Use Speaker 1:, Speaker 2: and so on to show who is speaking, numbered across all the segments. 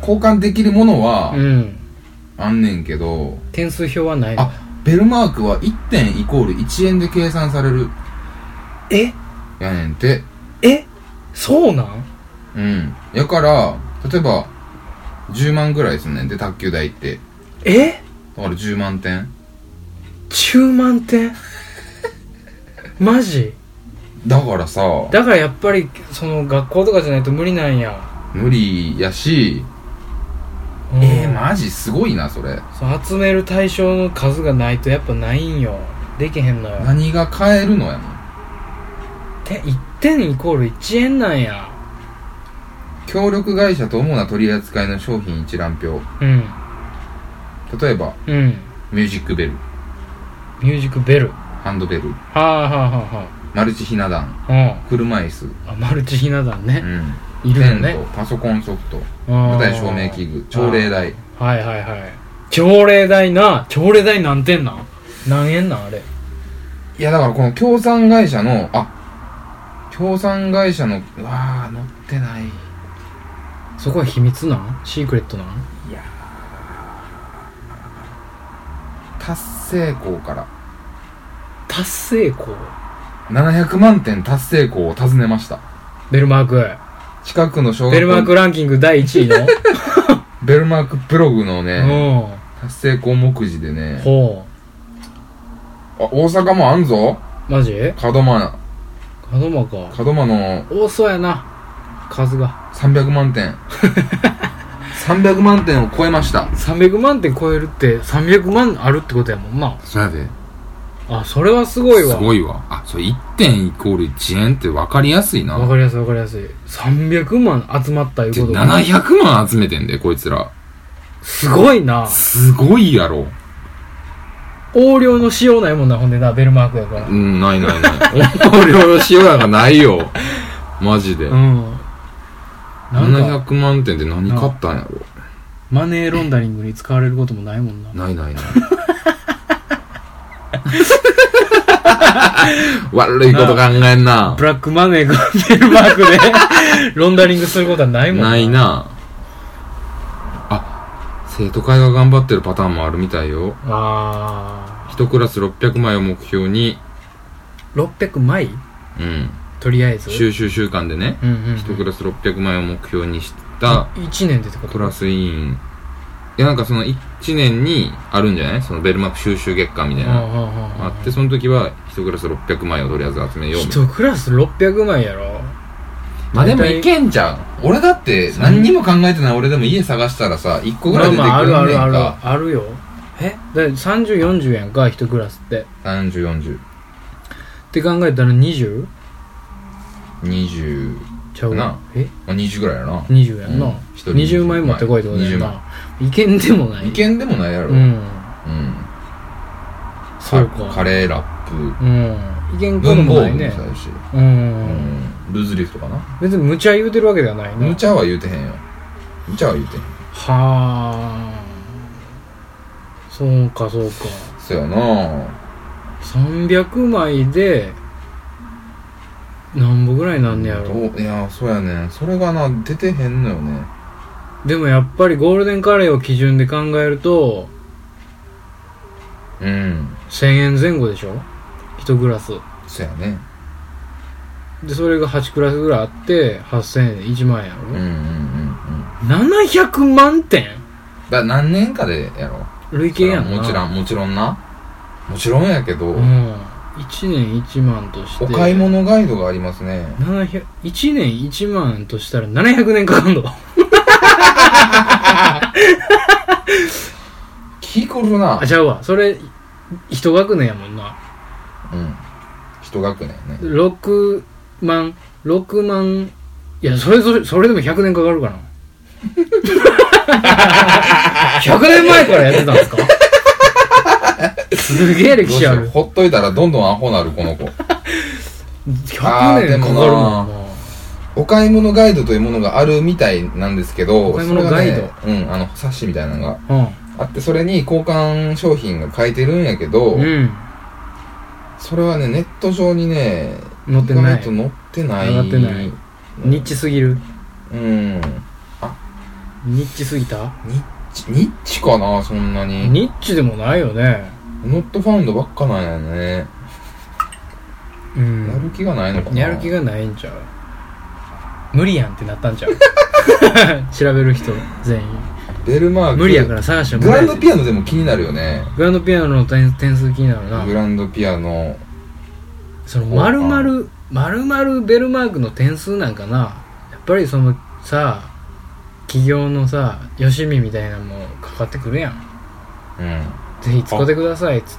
Speaker 1: 交換できるものは
Speaker 2: うん
Speaker 1: あんねんけど、
Speaker 2: 点数表はない
Speaker 1: あベルマークは1点イコール1円で計算される
Speaker 2: え
Speaker 1: やねんて
Speaker 2: えそうなん
Speaker 1: うんやから例えば10万ぐらいすんねんで卓球台って
Speaker 2: え
Speaker 1: だから10万点
Speaker 2: 10万 点マジ
Speaker 1: だからさ
Speaker 2: だからやっぱりその学校とかじゃないと無理なんや、
Speaker 1: 無理やし
Speaker 2: うん
Speaker 1: えー、マジすごいなそれ
Speaker 2: その集める対象の数がないとやっぱないんよできへんのよ
Speaker 1: 何が買えるのやねん
Speaker 2: て1点イコール1円なんや
Speaker 1: 協力会社と主な取り扱いの商品一覧表
Speaker 2: うん
Speaker 1: 例えば
Speaker 2: うん
Speaker 1: ミュージックベル
Speaker 2: ミュージックベル
Speaker 1: ハンドベル
Speaker 2: はあはあは
Speaker 1: マルチひな壇
Speaker 2: あは
Speaker 1: 車椅子、
Speaker 2: あうんあマルチひな壇
Speaker 1: う
Speaker 2: ね、
Speaker 1: ん、
Speaker 2: いるよ
Speaker 1: テン
Speaker 2: ね
Speaker 1: トパソコンソフト舞
Speaker 2: 舞
Speaker 1: 台照明器具朝礼台
Speaker 2: はいはいはい朝礼台な朝礼台何点なん何円なんあれ
Speaker 1: いやだからこの協賛会社のあ協賛会社のうわあ乗ってない
Speaker 2: そこは秘密なんシークレットなん
Speaker 1: 達成校から
Speaker 2: 達成功
Speaker 1: 700万点達成校を訪ねました
Speaker 2: ベルマーク
Speaker 1: 近くの小学校
Speaker 2: ベルマークランキング第1位の
Speaker 1: ベルマークブログのね
Speaker 2: うん
Speaker 1: 達成校目次でね
Speaker 2: ほ
Speaker 1: あ大阪もあんぞ
Speaker 2: うマジ
Speaker 1: 門真
Speaker 2: 門間か
Speaker 1: 門真の
Speaker 2: 多そうやな数が
Speaker 1: 300万 点300万点を超えました
Speaker 2: 300万点超えるって300万あるってことやもんな
Speaker 1: そやで
Speaker 2: あそれはすごいわ
Speaker 1: いわあそれ1点イコール1円って分かりやすいな
Speaker 2: わかりやすいわかりやすい300万集まったいうことが
Speaker 1: 700万集めてんでこいつら
Speaker 2: すごいな
Speaker 1: すごいやろ
Speaker 2: 横領のしようないもんなほんでなベルマークやから
Speaker 1: うんないないない横領しようやがないよマジで
Speaker 2: うんなんか
Speaker 1: 700万点で何買ったんやろ
Speaker 2: マネーロンダリングに使われることもないもんな
Speaker 1: ないないない 悪いこと考えんな
Speaker 2: ブラックマネーがベルマークで ロンダリングすることはないもん
Speaker 1: ないなあ生徒会が頑張ってるパターンもあるみたいよ
Speaker 2: あ
Speaker 1: 一クラス600枚を目標に
Speaker 2: ー600枚
Speaker 1: うん
Speaker 2: とりあえず
Speaker 1: 収集週間でね
Speaker 2: うんうんうん
Speaker 1: 一クラス600枚を目標にした
Speaker 2: 1年でってこと
Speaker 1: クラス委員いやなんかその1年にあるんじゃないそのベルマーク収集月間みたい
Speaker 2: うん
Speaker 1: な
Speaker 2: うんうんうん
Speaker 1: あってその時は一クラス600枚をとりあえず集めようみたいな
Speaker 2: 一クラス600枚やろ
Speaker 1: まあでも
Speaker 2: 大体
Speaker 1: いけんじゃん俺だって何にも考えてない俺でも家探したらさ1個ぐらい出てく
Speaker 2: まあまああるあ
Speaker 1: るんねん
Speaker 2: るある
Speaker 1: か
Speaker 2: あるよえだ3040やんか一クラスって
Speaker 1: 3040
Speaker 2: って考えたら 20?
Speaker 1: 20
Speaker 2: ちゃう
Speaker 1: な
Speaker 2: え
Speaker 1: まあ20ぐらいやな
Speaker 2: 20やんな、
Speaker 1: うん一人
Speaker 2: 20枚持ってこいってことやん
Speaker 1: 20枚
Speaker 2: な意見でもない
Speaker 1: いけんでもないやろ
Speaker 2: うん
Speaker 1: うん
Speaker 2: そう
Speaker 1: カ
Speaker 2: か
Speaker 1: カレーラッ
Speaker 2: うん意見
Speaker 1: プ
Speaker 2: こと
Speaker 1: 文
Speaker 2: も
Speaker 1: 房
Speaker 2: な
Speaker 1: 具
Speaker 2: い
Speaker 1: もそう
Speaker 2: ね
Speaker 1: やし
Speaker 2: う、
Speaker 1: うんんルーズリーフとかな
Speaker 2: 別に無茶言うてるわけではないな
Speaker 1: 無茶は言うてへんよ無茶は言うてへん
Speaker 2: はあそうかそうか
Speaker 1: そうやな
Speaker 2: 300枚で何本ぐらいなんねや
Speaker 1: ど
Speaker 2: ろ
Speaker 1: ういやそうやねんそれがな出てへんのよね
Speaker 2: でもやっぱりゴールデンカレーを基準で考えると
Speaker 1: うん
Speaker 2: 1000円前後でしょ1グラス
Speaker 1: そうやね
Speaker 2: でそれが8クラスぐらいあって8000円で1万円やろ、
Speaker 1: うんうんうんうん
Speaker 2: 700万点
Speaker 1: だ何年かでやろ
Speaker 2: 累計やんな
Speaker 1: もちろんもちろんなもちろんやけど、
Speaker 2: うん1年1万として
Speaker 1: お買い物ガイドがありますね
Speaker 2: 700 1年1万としたら700年かかんの
Speaker 1: 聞こえるな
Speaker 2: あちゃうわそれ一学年やもんな
Speaker 1: うん一学年ね
Speaker 2: 6万6万いやそれぞれそれでも100年かかるか な100年前からやってたんですかすげえ歴史
Speaker 1: どう
Speaker 2: あ
Speaker 1: しよう
Speaker 2: る
Speaker 1: ほっといたらどんどんアホなるこの子あー
Speaker 2: 100
Speaker 1: で
Speaker 2: 年かか
Speaker 1: も
Speaker 2: る
Speaker 1: な
Speaker 2: もんな
Speaker 1: お買い物ガイドというものがあるみたいなんですけど
Speaker 2: お買い物ガイド
Speaker 1: それがねうんあの冊子みたいなのが
Speaker 2: うん
Speaker 1: あってそれに交換商品が書いてるんやけど、
Speaker 2: うん
Speaker 1: それはねネット上にね
Speaker 2: 載ってない
Speaker 1: 意外と載ってない
Speaker 2: 上がってないニッチすぎる
Speaker 1: うんあ
Speaker 2: ニッチすぎた
Speaker 1: ニッチ、ニッチかなそんなに。
Speaker 2: ニッチでもないよね
Speaker 1: ノットファウンドばっかなんやね。
Speaker 2: う
Speaker 1: やる
Speaker 2: ん
Speaker 1: 気がないのかな
Speaker 2: やる気
Speaker 1: が。
Speaker 2: がないんちゃう無理やんってなったんちゃ う調べる人全員
Speaker 1: ベルマーク。
Speaker 2: 無理やから探しても
Speaker 1: グ
Speaker 2: ら
Speaker 1: ラン
Speaker 2: えへ
Speaker 1: ド
Speaker 2: ん
Speaker 1: ピアノでも気になるよね。
Speaker 2: グランドピアノの点点数気になるな
Speaker 1: グランドピアノ。
Speaker 2: その丸々丸々ベルマークの点数なんかなやっぱりそのさ企業のさよしみみたいなのもかかってくるやん
Speaker 1: うん。
Speaker 2: ぜひ使ってくださいっつっ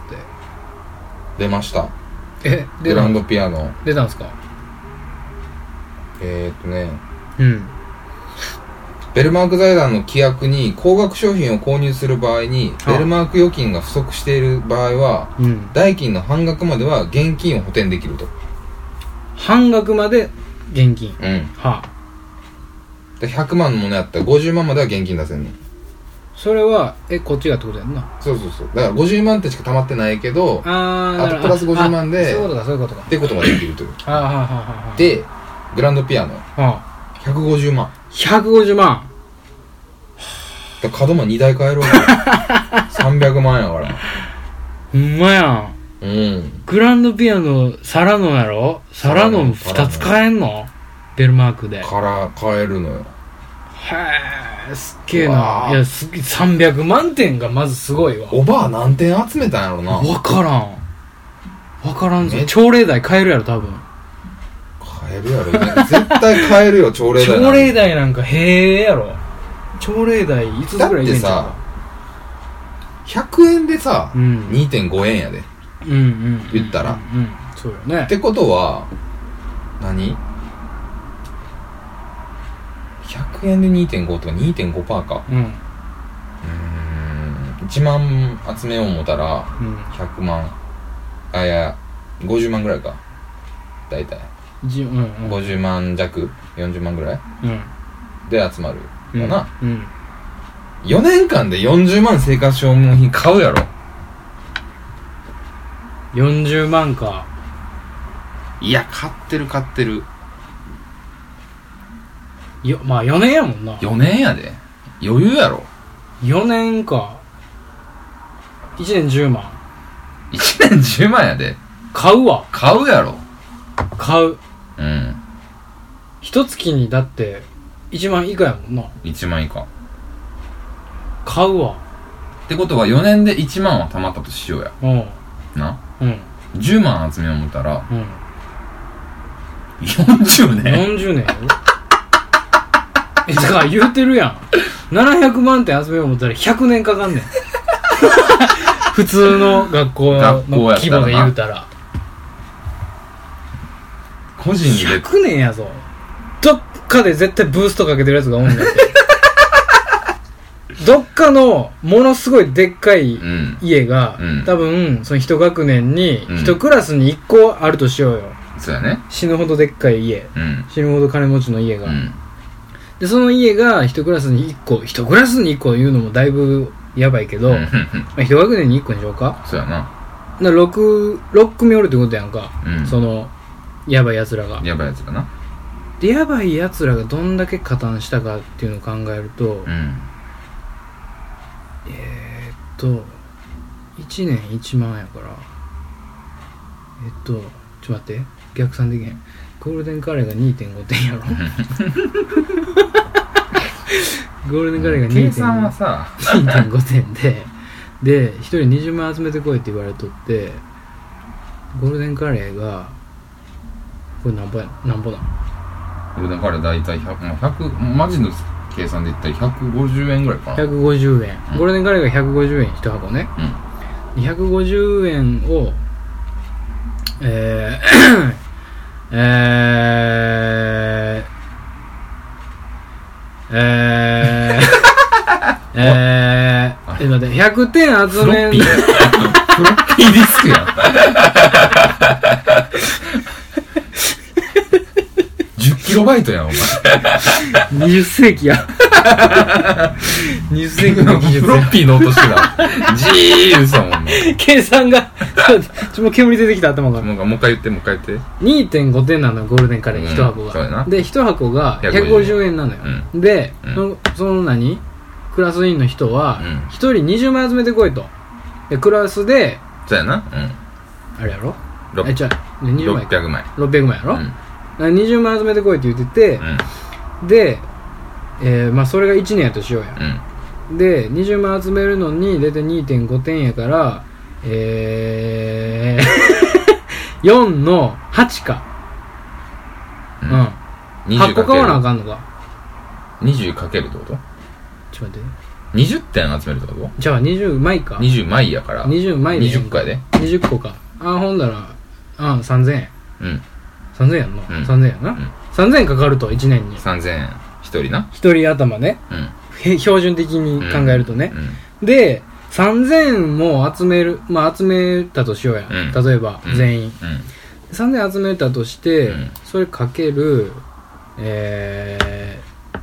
Speaker 1: 出ました。
Speaker 2: てえ
Speaker 1: グ
Speaker 2: 出
Speaker 1: ラ
Speaker 2: た
Speaker 1: ンドピアノ。
Speaker 2: 出たんすか
Speaker 1: えー、っとね。
Speaker 2: うん
Speaker 1: ベルマーク財団の規約に高額商品を購入する場合に
Speaker 2: はあ
Speaker 1: ベルマーク預金が不足している場合は
Speaker 2: うん
Speaker 1: 代金の半額までは現金を補填できると、
Speaker 2: 半額まで現金
Speaker 1: うん、
Speaker 2: はあ
Speaker 1: で100万のものやったら50万までは現金出せんねん
Speaker 2: それはえこっちがってことやんな
Speaker 1: そうそうそうだから50万ってしか貯まってないけどっ
Speaker 2: あ
Speaker 1: あ
Speaker 2: ー
Speaker 1: と
Speaker 2: なるほ
Speaker 1: プ
Speaker 2: ど
Speaker 1: ラス50万で
Speaker 2: あそういうことかそういうことか
Speaker 1: てことができるという
Speaker 2: あーはあはあはあ
Speaker 1: でグランドピアノ
Speaker 2: はあ
Speaker 1: 150万
Speaker 2: 150万
Speaker 1: だから門間2台買えるわけよ300万やから
Speaker 2: ほんまやん
Speaker 1: うん
Speaker 2: グランドピアノ、サラノやろサラノ2つ買えんのベルマークで。
Speaker 1: から買えるのよ
Speaker 2: へえ、すっげえ
Speaker 1: うわ
Speaker 2: な。
Speaker 1: ー
Speaker 2: いや、すっげえ300万点がまずすごいわ。
Speaker 1: おばあ何点集めたんやろな
Speaker 2: わからん。わからんぞ
Speaker 1: め。っ
Speaker 2: 朝礼台買えるやろ、多分。
Speaker 1: 買えるやろ、ね、絶対買えるよ朝礼台なん
Speaker 2: 朝
Speaker 1: て
Speaker 2: 礼台なんか、へえやろ。朝礼台5つぐらい入れんちゃう
Speaker 1: だ100円でさ、
Speaker 2: うん
Speaker 1: 2.5円やでっ
Speaker 2: うんうんうん。
Speaker 1: 言ったら
Speaker 2: うんうん。そうよね。
Speaker 1: てことは何 ?100 円で2.5とか2.5%パーか
Speaker 2: うん。
Speaker 1: うーん1万集めよう思ったら
Speaker 2: うん。
Speaker 1: 100万あいや50万ぐらいか大体
Speaker 2: じうんうん。
Speaker 1: 50万弱40万ぐらい
Speaker 2: うん。
Speaker 1: で集まる
Speaker 2: うん
Speaker 1: よな、。
Speaker 2: うん。
Speaker 1: 4年間で40万生活消耗品買うやろ
Speaker 2: 40万か。
Speaker 1: いや買ってる買ってる
Speaker 2: よ、まあ4年やもんな。
Speaker 1: 4年やで余裕やろ
Speaker 2: 4年か1年10万
Speaker 1: 1年10万やで
Speaker 2: 買うわ
Speaker 1: 買うやろ
Speaker 2: 買う
Speaker 1: うん
Speaker 2: 一月にだって1万以下やもんな
Speaker 1: 1万以下っ
Speaker 2: 買うわ
Speaker 1: てことは4年で1万は貯まったとしようや
Speaker 2: うん
Speaker 1: な
Speaker 2: うん
Speaker 1: 10万集めよう思ったら
Speaker 2: うん
Speaker 1: 40ね
Speaker 2: 40年やろえだから言うてるやん700万点集めよう思ったら100年かかん ねん普通の学校の
Speaker 1: 学校やった
Speaker 2: 規
Speaker 1: らな
Speaker 2: 模で言うたら
Speaker 1: 個人で
Speaker 2: 100年やぞどっかで絶対ブーストかけてるやつがお んねんてどっかのものすごいでっかい
Speaker 1: うん
Speaker 2: 家が、
Speaker 1: うん
Speaker 2: 多分その一学年に、
Speaker 1: うん
Speaker 2: 一クラスに一個あるとしようよ
Speaker 1: そうやね
Speaker 2: 死ぬほどでっかい家
Speaker 1: うん
Speaker 2: 死ぬほど金持ちの家が、
Speaker 1: うん
Speaker 2: でその家が一クラスに一個一クラスに一個言うのもだいぶやばいけど、
Speaker 1: うんうん
Speaker 2: ま
Speaker 1: うん
Speaker 2: あ、一学年に一個にしようか
Speaker 1: そうやな
Speaker 2: な 6, 6組おるってことやんか、
Speaker 1: うん
Speaker 2: そのやばいやつらが
Speaker 1: やばいやつだな
Speaker 2: でやばいやつらがどんだけ加担したかっていうのを考えると、
Speaker 1: うん
Speaker 2: と1年1万やからえっとちょっと待って逆算できへんゴールデンカレーが2.5点や ろゴールデンカレーが
Speaker 1: 計算は
Speaker 2: 2.5
Speaker 1: さ
Speaker 2: 2.5点でで1人20万集めてこいって言われとってゴールデンカレーがこれなんぼやなんぼだ
Speaker 1: 俺だから大体100、まあ、100マジの計算で言ったら150円ぐらいかな
Speaker 2: 150円、
Speaker 1: うん
Speaker 2: ゴールデンカレーが150円1箱ね、250円をえー え ーえーえーえ待って100点集
Speaker 1: フロ
Speaker 2: め
Speaker 1: ッ
Speaker 2: ん
Speaker 1: ピーフロッピーディスクやん10キロバイトやんお前
Speaker 2: 20世紀や20世紀の技術
Speaker 1: フロッピーの音してた。ジー言ってたもんね。
Speaker 2: 計算が ちょもう煙出てきた頭から
Speaker 1: もうもう一回言って、もう一回言って。
Speaker 2: 2.5点なのよゴールデンカレー
Speaker 1: うん
Speaker 2: 1箱
Speaker 1: そうや
Speaker 2: が、
Speaker 1: な
Speaker 2: で1箱が150円なのよ、で、そのその何クラス委員の人は
Speaker 1: うん
Speaker 2: 1人20枚集めてこいとでクラスで
Speaker 1: そうやな。
Speaker 2: あれやろ
Speaker 1: うん。ろ
Speaker 2: えじゃ20枚か
Speaker 1: 600枚。
Speaker 2: 600枚や
Speaker 1: う
Speaker 2: ろ、
Speaker 1: ん。
Speaker 2: だから20枚集めてこいって言ってて、
Speaker 1: うん。
Speaker 2: で、えーまあ、それが1年やとしようや、
Speaker 1: うん。
Speaker 2: で20枚集めるのに大体2.5点やからえー、4の8かうん、
Speaker 1: うん。
Speaker 2: 8
Speaker 1: 20
Speaker 2: 個
Speaker 1: か
Speaker 2: 買わなあ
Speaker 1: け
Speaker 2: かんのか
Speaker 1: る。20かけるってこと
Speaker 2: ちょっと待って
Speaker 1: ?20 点集めるってこと
Speaker 2: じゃあ20枚か
Speaker 1: ?20 枚やから。
Speaker 2: 20枚で
Speaker 1: 20個やで。
Speaker 2: 20個かあほんだらあ3000円
Speaker 1: うん。
Speaker 2: 3000円やんな、
Speaker 1: うん
Speaker 2: 3000円やな、
Speaker 1: ん
Speaker 2: 3000円かかると1年に
Speaker 1: 3000円。一人な。
Speaker 2: 1人頭ね
Speaker 1: うん。
Speaker 2: へ標準的に考えるとね、
Speaker 1: うん。
Speaker 2: で3000も集めるまあ集めたとしようや、
Speaker 1: う
Speaker 2: 例えば
Speaker 1: うん
Speaker 2: 全員、
Speaker 1: うん。
Speaker 2: 3000集めたとして、
Speaker 1: うん
Speaker 2: それかけるえー、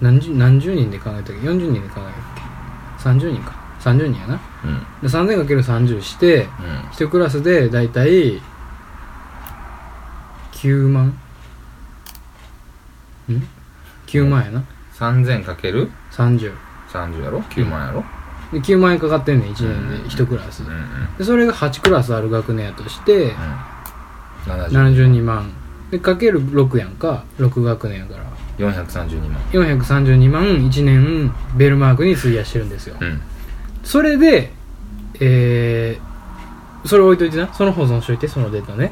Speaker 2: 何十何十人で考えたっけ40人で考えたっけ30人か30人やな
Speaker 1: うん。
Speaker 2: で3000かける30して
Speaker 1: うん。
Speaker 2: 1クラスでだいたい9万ん9万やな
Speaker 1: 3000かける
Speaker 2: 30
Speaker 1: 30やろ ?9 万やろ
Speaker 2: で9万円かかってんねん1年
Speaker 1: うん
Speaker 2: で1クラス
Speaker 1: うんうん。
Speaker 2: でそれが8クラスある学年やとし
Speaker 1: う
Speaker 2: て
Speaker 1: ん。70。
Speaker 2: 72万でかける6やんか6学年やから
Speaker 1: 432万。
Speaker 2: 432万1年ベルマークに費やしてるんですよ
Speaker 1: うん。
Speaker 2: それでえー、それ置いといてなその保存しといてそのデータね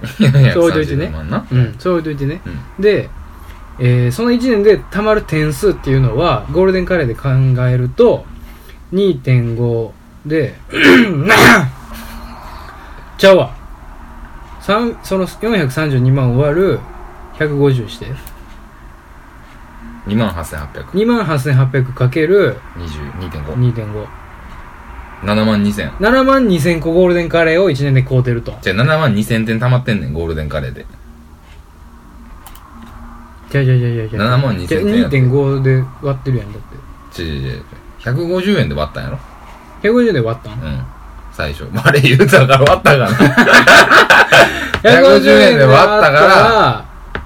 Speaker 2: そう置いといてね
Speaker 1: 432万な。
Speaker 2: うんそれ置いといてね
Speaker 1: うん。
Speaker 2: で、えーその1年でたまる点数っていうのはゴールデンカレーで考えると2.5でちゃうわさんその432万割る150して
Speaker 1: 2万8800。
Speaker 2: 2万 8800×2.5
Speaker 1: 22.5。7万2000。
Speaker 2: 7万2000個ゴールデンカレーを1年で買うてると
Speaker 1: じゃあ7万2000点溜まってんねん、ゴールデンカレーで。
Speaker 2: じゃじゃじゃじゃじゃ
Speaker 1: 7万2000点やって
Speaker 2: 2.5で割ってるやんだっ
Speaker 1: ちぇちぇ150円で割ったんやろ
Speaker 2: て150で割ったん
Speaker 1: うん。最 初。あれ言うたから割ったか
Speaker 2: 150
Speaker 1: 150円
Speaker 2: 円
Speaker 1: で
Speaker 2: で
Speaker 1: 割
Speaker 2: 割
Speaker 1: っか
Speaker 2: ったたからら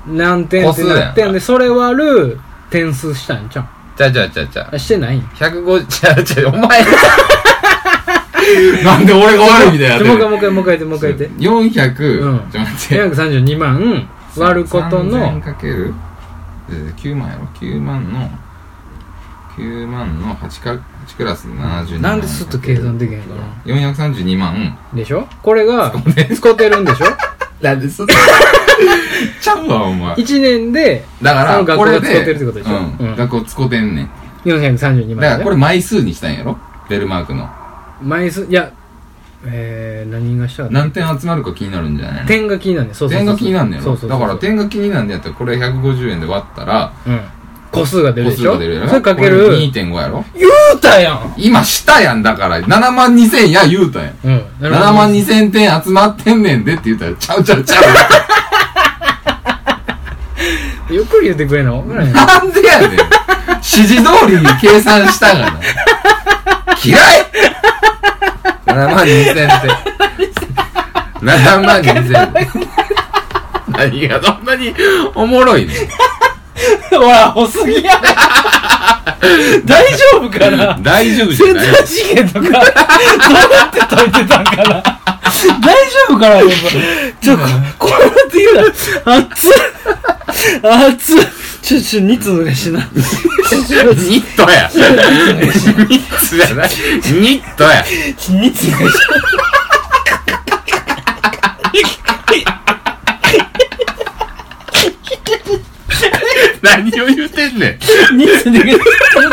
Speaker 2: 何点ってなってんでそれ割る点数した んちゃうん
Speaker 1: ら。じゃあじゃあじゃあ
Speaker 2: あしてないん
Speaker 1: じゃあ。150、じゃあじゃあ、お前。なんで俺が悪いみ たい
Speaker 2: ちょ
Speaker 1: に
Speaker 2: もう
Speaker 1: な
Speaker 2: 一回もう一回もう一回言ってもう一回言って
Speaker 1: 400、
Speaker 2: うん
Speaker 1: ちょっと待って。
Speaker 2: 432万割ることの
Speaker 1: かける9万やろ9万の9万の8か8クラス72万
Speaker 2: なんでスッと計算できへんかな
Speaker 1: 432万
Speaker 2: でしょこれが使ってるんでしょ
Speaker 1: なんでスッと ちゃうわお前
Speaker 2: 1年で
Speaker 1: だか
Speaker 2: そ
Speaker 1: ら
Speaker 2: の学
Speaker 1: こ
Speaker 2: 校
Speaker 1: れ
Speaker 2: が
Speaker 1: で
Speaker 2: 使ってるってことでし
Speaker 1: う
Speaker 2: ょ
Speaker 1: ん
Speaker 2: うん
Speaker 1: 学校使ってんねんだ
Speaker 2: 432万
Speaker 1: か
Speaker 2: や
Speaker 1: ら
Speaker 2: ね
Speaker 1: これ枚数にしたんやろベルマークの
Speaker 2: 枚数いやえー、何がしたかった
Speaker 1: 何点集まるか気になるんじゃないの
Speaker 2: 点が気になるねそうそうそう
Speaker 1: 点が気になんねん
Speaker 2: そ
Speaker 1: ろ
Speaker 2: うそう
Speaker 1: だから点が気になんねんやったらこれ150円で割ったら
Speaker 2: うん個数が出る
Speaker 1: 個
Speaker 2: で
Speaker 1: 数
Speaker 2: しょ
Speaker 1: が出るやろ
Speaker 2: それか
Speaker 1: こ
Speaker 2: け
Speaker 1: れ
Speaker 2: る
Speaker 1: 2.5やろ
Speaker 2: 言うたやん
Speaker 1: 今したやんだから7万2000や言うたやん
Speaker 2: うん
Speaker 1: 7
Speaker 2: なるほ
Speaker 1: 万
Speaker 2: ど
Speaker 1: 2000点集まってんねんでって言ったら、ちゃうちゃうちゃう。
Speaker 2: ゆっくり言ってくれんの 分からへん
Speaker 1: なんでやねん。指示通りに計算したがな。嫌い !7 万2000点。7万2000点。 何がそんなにおもろいねん。
Speaker 2: ほら、細すぎや 大丈夫かな
Speaker 1: 大丈夫じゃ
Speaker 2: 潜
Speaker 1: ない
Speaker 2: 在次元とか、どうやって解いてたんか な大丈夫かなやっぱちょ、ここうやって言うな。熱っ熱っちょ、ちょ、ニッツ脱 がしてな。
Speaker 1: ニットや。ニットじゃない。ニットや。
Speaker 2: ニッツ脱がして。
Speaker 1: 何を言うてんねん。
Speaker 2: ニッツ脱がして。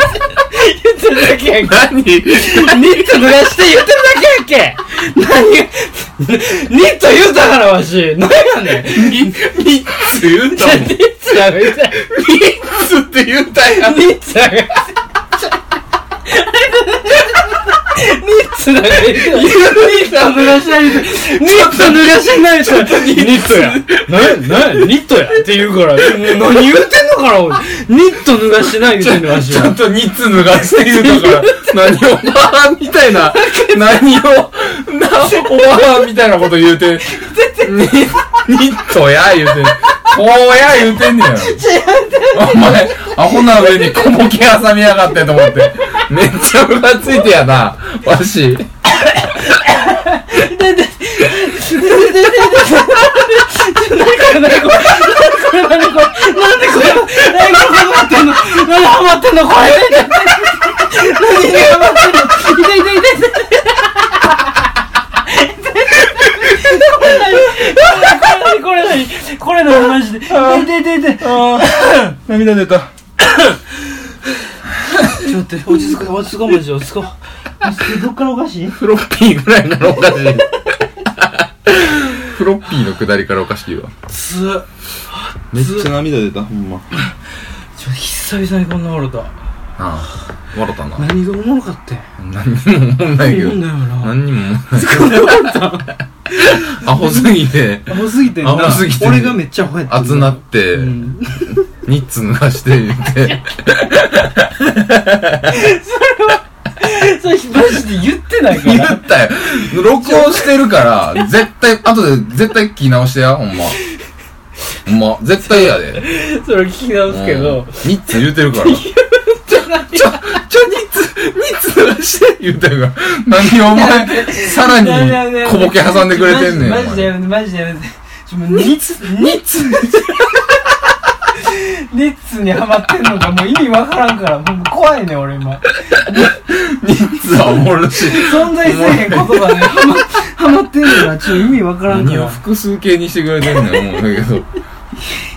Speaker 2: 言ってるだけやんけ。
Speaker 1: 何
Speaker 2: ニット脱がして言ってるだけやんけ何ニット言うたからわし。何やねん。ニ
Speaker 1: ニッツ言うたもん。ニ
Speaker 2: ッツやめて。
Speaker 1: ッツって言うたやん。
Speaker 2: ニッツだから。ニッツだから。ニッツを脱がしないと。ニッツ脱がしないと。ニットや。な、な、ニットやって言うから。何言うてんのかな、おいニット脱がしてないみたいなわし
Speaker 1: ちゃん
Speaker 2: は。
Speaker 1: とニッツ脱がして言う だから、何をおばはんみたい な、何を、な、おばはんみたいなこと言うて、ニニットや言うて、こうや言うてんねやろ。お前、アホな上に小ボケ挟みやがってと思って、めっちゃムカついてやな、わし。
Speaker 2: なんでこれ、なんでこれ、なんでこれ、なんでこれ、ハマってんのなんでハマってんのこれ。何がハマってんの痛い痛い痛い痛い。これ何これ何これ何マジで痛い痛い痛い痛い
Speaker 1: 涙出た。
Speaker 2: ちょっと待って落ち着こう落ち着こうマジで落ち着こう落ち着こうどっからおかしい
Speaker 1: フロッピーぐらいからおかしい。 フロッピーの下りからおかしいわ。
Speaker 2: つっ
Speaker 3: めっちゃ涙出たほんま
Speaker 2: ちょ久々にこんな笑った
Speaker 1: ああ、笑ったな。
Speaker 2: 何がおもろかったん
Speaker 1: 何にも思んないけど。
Speaker 2: 思んないよな
Speaker 1: 何 にも思んない。アホすぎて、
Speaker 2: アホすぎてんな
Speaker 1: アホすぎてん
Speaker 2: 俺がめっちゃアホやった
Speaker 1: 熱なって、
Speaker 2: うん
Speaker 1: ニッツ脱がして言って、
Speaker 2: それマジで言ってないか
Speaker 1: 言
Speaker 2: ら
Speaker 1: ったよ。録音してるから、絶対、後で絶対聞き直してや、ほんま。ほんま、絶対やで。
Speaker 2: それ聞き直すけ
Speaker 1: う
Speaker 2: ど
Speaker 1: んニッツ言うてるから。ちょ、ちょ、ニッツ、ニッツ脱がして言うてるから。何お前、さらに小ボケ挟んでくれてんねん。
Speaker 2: マジマジでやめてマジでやめてちょもうニッツニッツニッツにハマってんのかもう意味わからんからもう怖いね俺今
Speaker 1: お前ニッツはおもろいし。
Speaker 2: 存在せえへん言葉ねハマハマってんのがちょっと意味わからんか
Speaker 1: 何を
Speaker 2: ら
Speaker 1: 複数形にしてくれてんねん、思うんだけど。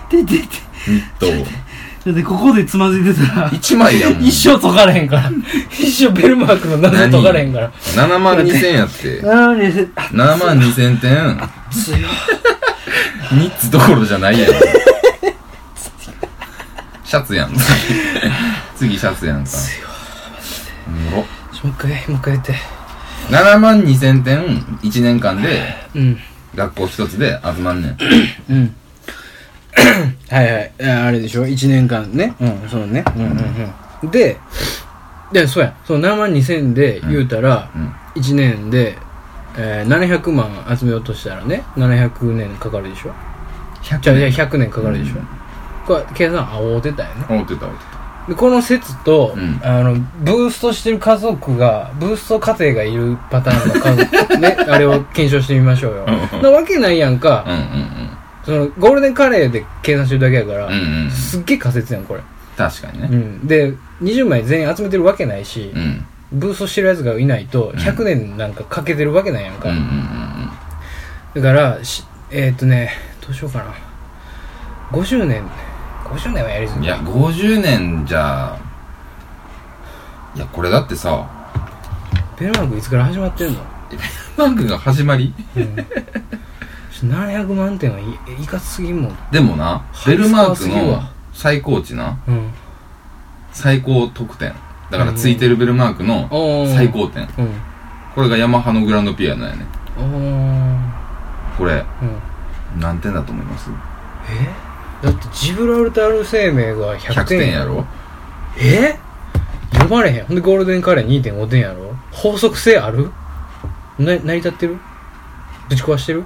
Speaker 2: ででで
Speaker 1: ニットを。
Speaker 2: だってここでつまずいてたら
Speaker 1: 一枚やもん。
Speaker 2: 一生解かれへんから一生ベルマークの謎解かれへん から
Speaker 1: 7万2千やって。
Speaker 2: なのに熱
Speaker 1: 7万2千点、
Speaker 2: いよ
Speaker 1: ニッツどころじゃないやん。シャツやん。次シャツやんか。おもろ。
Speaker 2: ちょもう一回もう一回言って
Speaker 1: 7万2千点、1年間で、
Speaker 2: うん
Speaker 1: 学校一つで集まんねん。
Speaker 2: うん はいはいああれでしょ1年間ねうんそうねうんうんうんででそうやその7万2000で言うたら、
Speaker 1: うんうん
Speaker 2: 1年で、えー、700万集めようとしたらね700年かかるでしょ
Speaker 1: 100
Speaker 2: じゃあ100年かかるでしょ、これ計算あおうてたよね
Speaker 1: 思ってた思って
Speaker 2: でこの説と、
Speaker 1: うん
Speaker 2: あのブーストしてる家族がブースト家庭がいるパターンの家族 ねあれを検証してみましょうよ
Speaker 1: うんうん
Speaker 2: なわけないやん
Speaker 1: た。う
Speaker 2: か、
Speaker 1: んうん
Speaker 2: そのゴールデンカレーで計算してるだけやから、
Speaker 1: うん。うんうん。
Speaker 2: すっげえ仮説やんこれ、
Speaker 1: 確かに
Speaker 2: う
Speaker 1: ね。
Speaker 2: ん、で20枚全員集めてるわけないし
Speaker 1: う、ん。
Speaker 2: ブーストしてるやつがいないと100年なんかかけてるわけないやん
Speaker 1: う
Speaker 2: か、
Speaker 1: んうん
Speaker 2: だからしえーっ、とねどうしようかな50年50年はやりす
Speaker 1: うんうん。
Speaker 2: ぎ
Speaker 1: いや、50年じゃ、いや、これだってさ、
Speaker 2: ベルマークいつから始まってんの
Speaker 1: バンクが始まり
Speaker 2: うん700万点はいいかつすぎんもん、
Speaker 1: でもな、ベルマーク
Speaker 2: ハイスコアすぎる
Speaker 1: の
Speaker 2: わ
Speaker 1: 最高値な、
Speaker 2: うん、
Speaker 1: 最高得点。だからついてるベルマークの
Speaker 2: おー
Speaker 1: 最高点。
Speaker 2: うん
Speaker 1: これがヤマハのグランドピアノやね。
Speaker 2: おー
Speaker 1: これ、
Speaker 2: うん
Speaker 1: 何点だと思います
Speaker 2: えだってジブラルタル生命
Speaker 1: ?100
Speaker 2: が100点
Speaker 1: 点
Speaker 2: や
Speaker 1: や
Speaker 2: ろ
Speaker 1: ろ
Speaker 2: え読まれへんほんでゴールデンカレー2.5点やろ法則性あるな成り立ってるぶち壊してる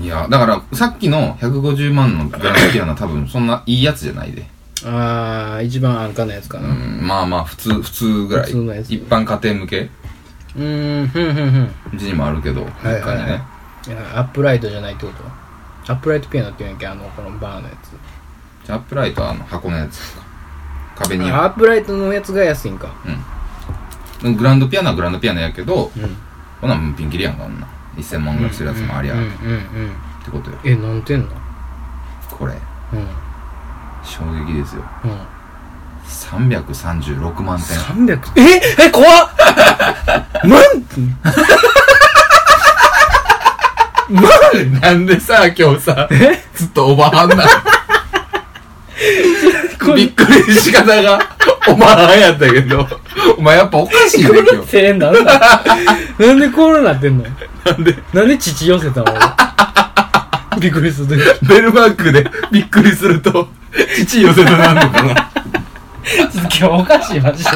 Speaker 1: いや、だからさっきの150万のグランドピアノは多分そんないいやつじゃないで。
Speaker 2: ああ一番安価なやつか
Speaker 1: う、
Speaker 2: なうん
Speaker 1: まあまあ普通、普通ぐらい。
Speaker 2: 普通のやつ
Speaker 1: 一般家庭向け
Speaker 2: ーんふんふんふん
Speaker 1: うちにもあるけど、
Speaker 2: いは
Speaker 1: 実
Speaker 2: いはい
Speaker 1: 家にね。
Speaker 2: いやアップライトじゃないってことアップライトピアノって言うんやんけあのこのバーのやつ
Speaker 1: じゃあアップライトはあの箱のやつか。壁に。
Speaker 2: あアップライトのやつが安いんか
Speaker 1: グランドピアノはグランドピアノやけど、
Speaker 2: うん
Speaker 1: ほなもうピンキリやんか、女。1000万ぐらいするやつもありゃ、
Speaker 2: うんうん
Speaker 1: っ
Speaker 2: うんうん
Speaker 1: てことよ。
Speaker 2: えなんてんの
Speaker 1: これ、
Speaker 2: うん
Speaker 1: 衝撃ですよ。
Speaker 2: うん
Speaker 1: 336万点。
Speaker 2: 300ええ怖っ なんて
Speaker 1: なんでさ、今日さ、ずっとおばはんなの びっくりし方が、おばはんやったけど、お前やっぱおかしいね、
Speaker 2: こ
Speaker 1: 今
Speaker 2: の
Speaker 1: 日。
Speaker 2: 声なんだなんでこうなってんのなんでなんで 父寄せたの俺びっくりする時
Speaker 1: ベルマークでびっくりすると、父寄せとなんのかな
Speaker 2: ちょっと今日おかしいマジで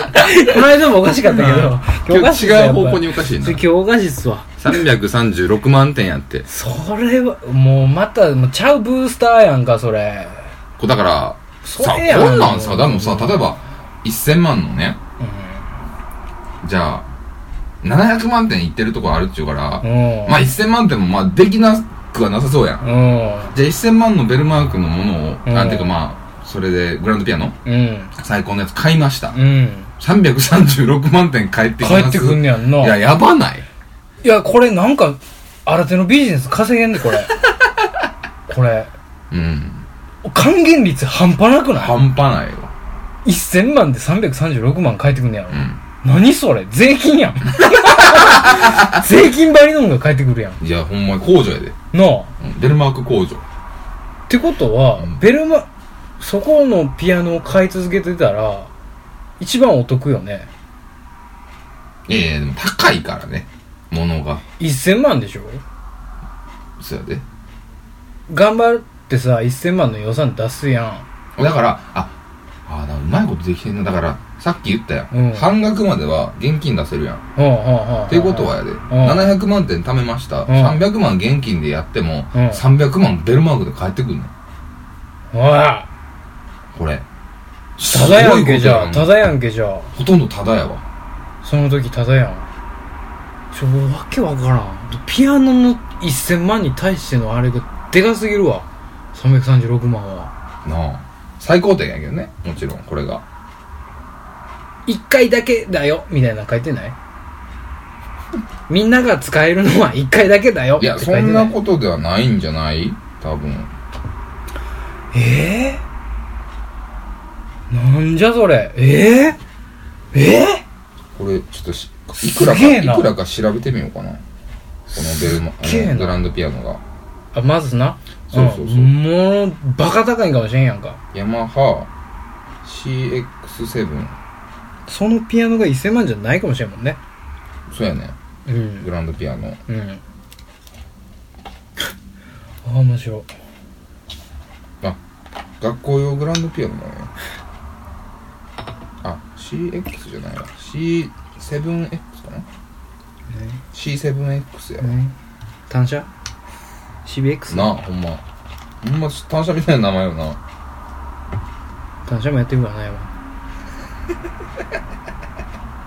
Speaker 2: この間もおかしかったけど今日お
Speaker 1: 今
Speaker 2: かし
Speaker 1: 日
Speaker 2: いっす
Speaker 1: 違
Speaker 2: や
Speaker 1: う
Speaker 2: っぱ
Speaker 1: 方向におかしいな
Speaker 2: 今日おかしいっすわ
Speaker 1: 336万点やって
Speaker 2: それはもうまたもうちゃうブースターやんかそれ
Speaker 1: こうだから
Speaker 2: そ
Speaker 1: さ
Speaker 2: れやん
Speaker 1: こんなんさでもさ例えば1000万のねじゃあ700万点いってるとこあるっちゅうから、
Speaker 2: うん
Speaker 1: まあ1000万点もまあできなくはなさそうやん、
Speaker 2: う
Speaker 1: じゃあ1000万のベルマークのものを、
Speaker 2: うん
Speaker 1: なんていうかまあそれでグランドピアノ
Speaker 2: んうん
Speaker 1: 最高のやつ買いました、
Speaker 2: うん
Speaker 1: 336万点返ってきます
Speaker 2: 帰ってくんねやんない
Speaker 1: ややばない
Speaker 2: いやこれなんか新手のビジネス稼げんね これこれ
Speaker 1: うん
Speaker 2: 還元率半端なくない
Speaker 1: 半端ないわ
Speaker 2: 1000万で336万返ってくんねやろ、
Speaker 1: う
Speaker 2: 何それ税 金やん税金ばりのもんが返ってくるやん
Speaker 1: んいやほんまに工場やで、
Speaker 2: なあ
Speaker 1: うんベルマーク工場
Speaker 2: ってことは、
Speaker 1: うん
Speaker 2: ベルマそこのピアノを買い続けてたら一番お得よね
Speaker 1: いやいやでも高いからね物が
Speaker 2: 1000万でしょ
Speaker 1: そうやで
Speaker 2: 頑張ってさ1000万の予算出すやん
Speaker 1: だからああーなんかうまいことできてんなだからさっき言ったやん、
Speaker 2: うん
Speaker 1: 半額までは現金出せるやんっ
Speaker 2: うんうんうんうん
Speaker 1: ていうことはやで、700万点貯めました、300万現金でやっても、
Speaker 2: うん
Speaker 1: 300万ベルマークで返ってくんねん
Speaker 2: おい
Speaker 1: これ
Speaker 2: ただやんけじゃあ
Speaker 1: すごいこと
Speaker 2: ただやんけじゃあ
Speaker 1: ほとんどただやわ
Speaker 2: その時ただやんちょわけわからんピアノの1000万に対してのあれがでかすぎるわ336万は
Speaker 1: なあ最高点やけどねもちろんこれが
Speaker 2: 1回だけだよみたいなの書いてないみんなが使えるのは1回だけだよっ
Speaker 1: い
Speaker 2: て
Speaker 1: や
Speaker 2: 書い
Speaker 1: そ
Speaker 2: て
Speaker 1: ん
Speaker 2: な
Speaker 1: ないことではないんじゃない多分
Speaker 2: えー、なんじゃそれえー、えー
Speaker 1: これちょっとしいくら
Speaker 2: す
Speaker 1: か
Speaker 2: げえ
Speaker 1: い
Speaker 2: な
Speaker 1: くらか調べてみようかなこのベルマ
Speaker 2: すっげえな
Speaker 1: あのグランドピアノが
Speaker 2: あまずな
Speaker 1: そうそうそうん
Speaker 2: もうバカ高いんかもしれんやんか
Speaker 1: ヤマハ CX7
Speaker 2: そのピアノが1000万じゃないかもしれんもんね
Speaker 1: そうやね
Speaker 2: うん
Speaker 1: グランドピアノ
Speaker 2: うん。あ、面白い。
Speaker 1: 学校用グランドピアノだねあ CX じゃないわ C7X かな C7X やわ
Speaker 2: 単車 ?CBX?
Speaker 1: なあほんまほんま単車みたいな名前よな
Speaker 2: 単車もやってるからないわ。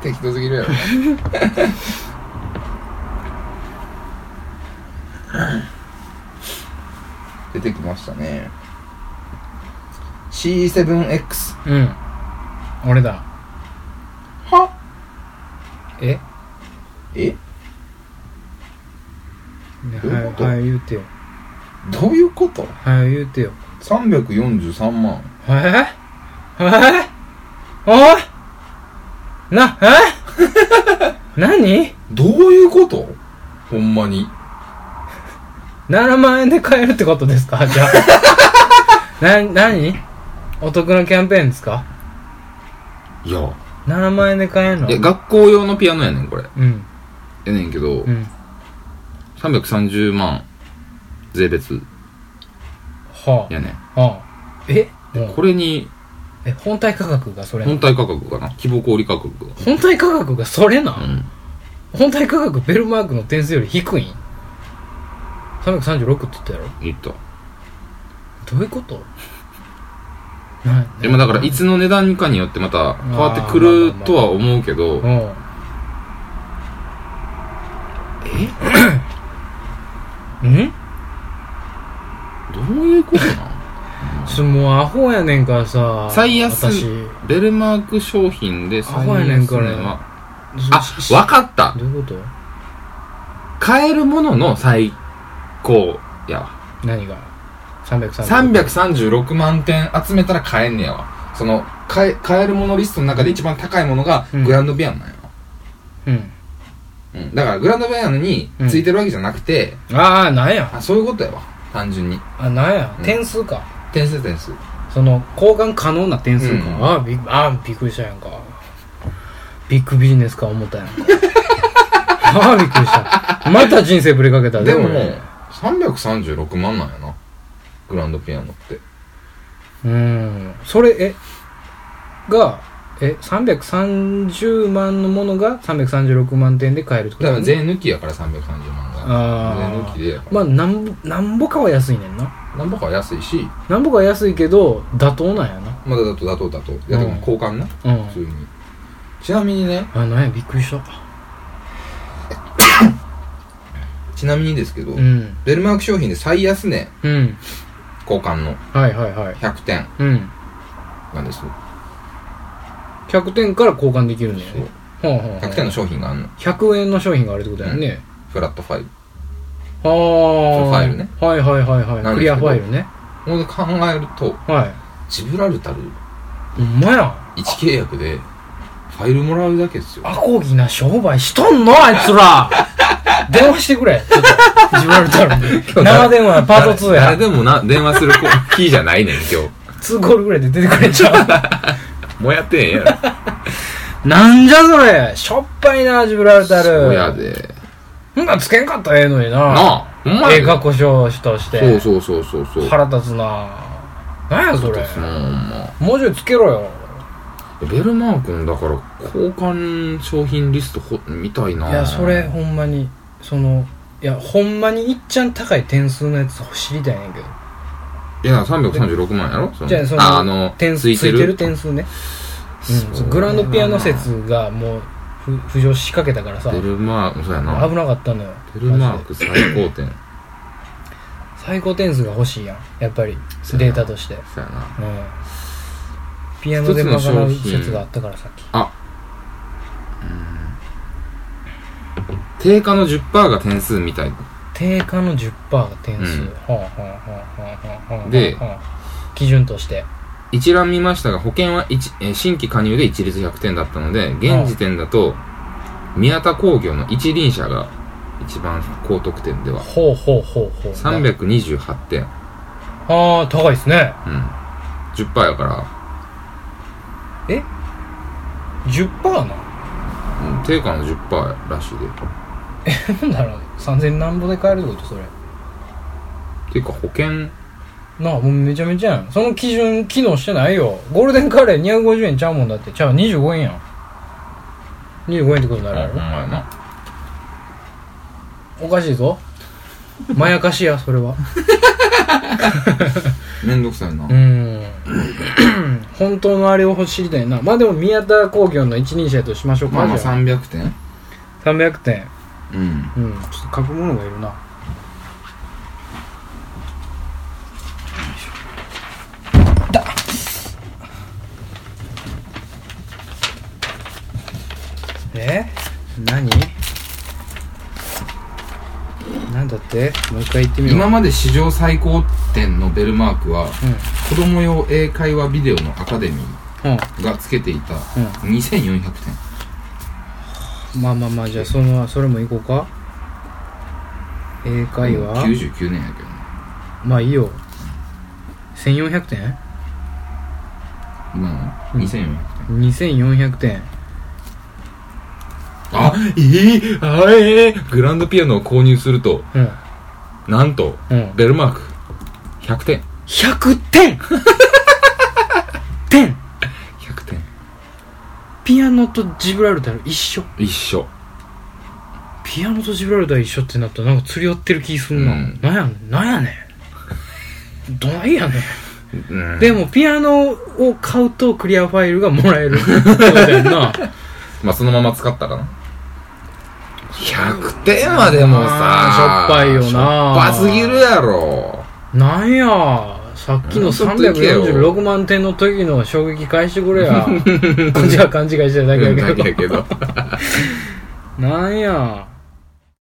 Speaker 1: 適当すぎるやろ 出てきましたね C7X
Speaker 2: うん。俺だ。
Speaker 1: は
Speaker 2: え
Speaker 1: え
Speaker 2: ね
Speaker 1: どういうこと
Speaker 2: はよ言うてよ。
Speaker 1: どういうこと
Speaker 2: はよ言うてよ。
Speaker 1: 343万
Speaker 2: えぇえぇおいな、え ぇ何
Speaker 1: どういうことほんまに
Speaker 2: ?7 万円で買えるってことですかじゃあ。 な、何お得なキャンペーンですか
Speaker 1: いや
Speaker 2: ?7 万円で買えるの
Speaker 1: いや学校用のピアノやねんこれ
Speaker 2: うん。
Speaker 1: やねんけど、
Speaker 2: うん。
Speaker 1: 330万税別
Speaker 2: は
Speaker 1: やねん
Speaker 2: あ。はあ。えもう
Speaker 1: これに
Speaker 2: え、本体価格がそれな
Speaker 1: 本体価格かな希望小売価格が
Speaker 2: 本体価格がそれな、
Speaker 1: うん
Speaker 2: 本体価格ベルマークの点数より低いん ?336 って言ったやろ
Speaker 1: 言った
Speaker 2: どういうことな
Speaker 1: でもだからいつの値段かによってまた変わってくるとは思うけど
Speaker 2: うん。えん
Speaker 1: どういうことな
Speaker 2: ちょもうアホやねんからさ
Speaker 1: 最安
Speaker 2: 私
Speaker 1: のベルマーク商品で最安値はあ
Speaker 2: し
Speaker 1: わかった
Speaker 2: どういうこと
Speaker 1: 買えるものの最高やわ
Speaker 2: 何が336
Speaker 1: 336万点集めたら買えんねやわその買え買えるものリストの中で一番高いものが
Speaker 2: うん
Speaker 1: グランドピアノなんやわ、
Speaker 2: うん
Speaker 1: うん、だからグランドピアノについてるわけじゃなくて、
Speaker 2: ああなんや
Speaker 1: あそういうことやわ単純に
Speaker 2: あなんや、
Speaker 1: うん
Speaker 2: 点数か
Speaker 1: 点数点数
Speaker 2: その交換可能な点数か、
Speaker 1: うん
Speaker 2: ああびああびっくりしたやんかビッグビジネスか思った やんかああびっくりしたまた人生ぶりかけた
Speaker 1: でも
Speaker 2: 俺
Speaker 1: 336万なんやなグランドピアノって
Speaker 2: ううんそれえがえ330万のものが336万点で買えるってこ
Speaker 1: だ
Speaker 2: と
Speaker 1: から税抜きやから330万が
Speaker 2: あー
Speaker 1: 税抜きでやから
Speaker 2: まあなんぼなんぼかは安いねんな
Speaker 1: なんぼかは安いし
Speaker 2: なんぼかは安いけど妥当なんやな
Speaker 1: まだだと妥当だといやでも
Speaker 2: うん
Speaker 1: 交換な
Speaker 2: う
Speaker 1: 普通
Speaker 2: ん
Speaker 1: にちなみにね
Speaker 2: あなんやびっくりした
Speaker 1: ちなみにですけど
Speaker 2: うん
Speaker 1: ベルマーク商品で最安値
Speaker 2: うん
Speaker 1: 交換の
Speaker 2: はいはいはい
Speaker 1: 100点
Speaker 2: うん
Speaker 1: なんです
Speaker 2: 100点から交換できるんだよねほうほうほう
Speaker 1: 100点の商品があんの
Speaker 2: 100円の商品があるってことやんね、
Speaker 1: フラットファイル
Speaker 2: ああ
Speaker 1: そうファイルね
Speaker 2: はいはいは
Speaker 1: ない
Speaker 2: いは
Speaker 1: んですけど
Speaker 2: クリアファイルね
Speaker 1: ほんで考えると
Speaker 2: はい
Speaker 1: ジブラルタル
Speaker 2: ほんまやん
Speaker 1: 1契約でファイルもらうだけですよ
Speaker 2: アコギな商売しとんのあいつら 電話してくれちょっと自分た らに生電話パート2や
Speaker 1: 誰でもな電話する子キーじゃないねん今
Speaker 2: 2コールぐらいで出てくれちゃ う
Speaker 1: 日もうやってへんやろ
Speaker 2: なんじゃそれしょっぱいなジブラルタル
Speaker 1: そうやで
Speaker 2: そんなんつけんかったらええのに
Speaker 1: な
Speaker 2: な
Speaker 1: あほんま
Speaker 2: ええ
Speaker 1: や
Speaker 2: か故障しとして
Speaker 1: そうそうそうそうそう
Speaker 2: 腹立つななんやそれ
Speaker 1: うんほんま
Speaker 2: もうちょいつけろよ
Speaker 1: ベルマークのだから交換商品リストほみたいない
Speaker 2: いやそれほんまにそのいやほんまにいっちゃん高い点数のやつ知りたいねんけど
Speaker 1: いや336万やろその
Speaker 2: じゃあその
Speaker 1: ああの
Speaker 2: 点数
Speaker 1: ついてる
Speaker 2: 点数ね、
Speaker 1: そう
Speaker 2: うん、グランドピアノ説がもうふ浮上しかけたからさ
Speaker 1: ベ
Speaker 2: 危
Speaker 1: ルマークそうやな
Speaker 2: なかったのよ
Speaker 1: ベルマー
Speaker 2: マジで
Speaker 1: ク最高点
Speaker 2: 最高点数が欲しいやんやっぱり
Speaker 1: そうや
Speaker 2: デー
Speaker 1: な
Speaker 2: タとして、うん、
Speaker 1: そうやな
Speaker 2: ピアノで賄う
Speaker 1: 一つの商品
Speaker 2: 説があったからさっき
Speaker 1: 定価の10%が点数みたい
Speaker 2: 定価の10%が点数、
Speaker 1: うん
Speaker 2: はあはあはあはあはあはあ
Speaker 1: で
Speaker 2: はあ基準として
Speaker 1: 一覧見ましたが保険は一えー新規加入で一律100点だったので現時点だと宮田工業の一輪車が一番高得点では
Speaker 2: ほうほうほうほう
Speaker 1: 328点
Speaker 2: ああ高いですね
Speaker 1: うん10%やか
Speaker 2: え10%な
Speaker 1: ら、うん、定価の10%らしいで
Speaker 2: なんだろう3000何ぼで買えるってことそれ
Speaker 1: ていうか保険
Speaker 2: なあもうめちゃめちゃやんその基準機能してないよゴールデンカレー250円ちゃうもんだってちゃう25円やん25円ってことになるや
Speaker 1: ほんまやな
Speaker 2: ろおかしいぞまやかしやそれは
Speaker 1: めんどくさいな
Speaker 2: うーん 本当のあれを知りたいなまあでも宮田工業の一人者やとしましょうか、
Speaker 1: まあまあ
Speaker 2: じゃあ
Speaker 1: 300点
Speaker 2: 300点
Speaker 1: うん
Speaker 2: うんちょっと書くものがいるなだえ何なんだってもう一回言ってみよう
Speaker 1: 今まで史上最高点のベルマークは子供用英会話ビデオのアカデミ
Speaker 2: うん、うん
Speaker 1: ーがつけていた
Speaker 2: うん
Speaker 1: 2400点
Speaker 2: まあまあまあじゃあそのそれもいこうか英会話、
Speaker 1: 99年やけどね
Speaker 2: まあいいよ1400点
Speaker 1: 今の
Speaker 2: うん
Speaker 1: 2400点
Speaker 2: 2400点
Speaker 1: あいいあえーグランドピアノを購入すると
Speaker 2: うん
Speaker 1: なんと
Speaker 2: うん
Speaker 1: ベルマーク100点
Speaker 2: 100点
Speaker 1: 100
Speaker 2: 点
Speaker 1: 点
Speaker 2: ピアノとジブラルタル一緒
Speaker 1: 一緒
Speaker 2: ピアノとジブラルタル一緒ってなったらなんか釣り合ってる気すんな、
Speaker 1: うん
Speaker 2: なんやねんなんやねんどないやね
Speaker 1: うん
Speaker 2: んでもピアノを買うとクリアファイルがもらえるそうだよな
Speaker 1: まあそのまま使ったらな100点はでもさ
Speaker 2: あーしょっぱいよな
Speaker 1: しょっぱすぎるやろ
Speaker 2: なんやさっきの346万点の時の衝撃返してくれやこっちは勘違いしてるだけ
Speaker 1: う
Speaker 2: や
Speaker 1: んだ
Speaker 2: けど
Speaker 1: けやけど
Speaker 2: なんや。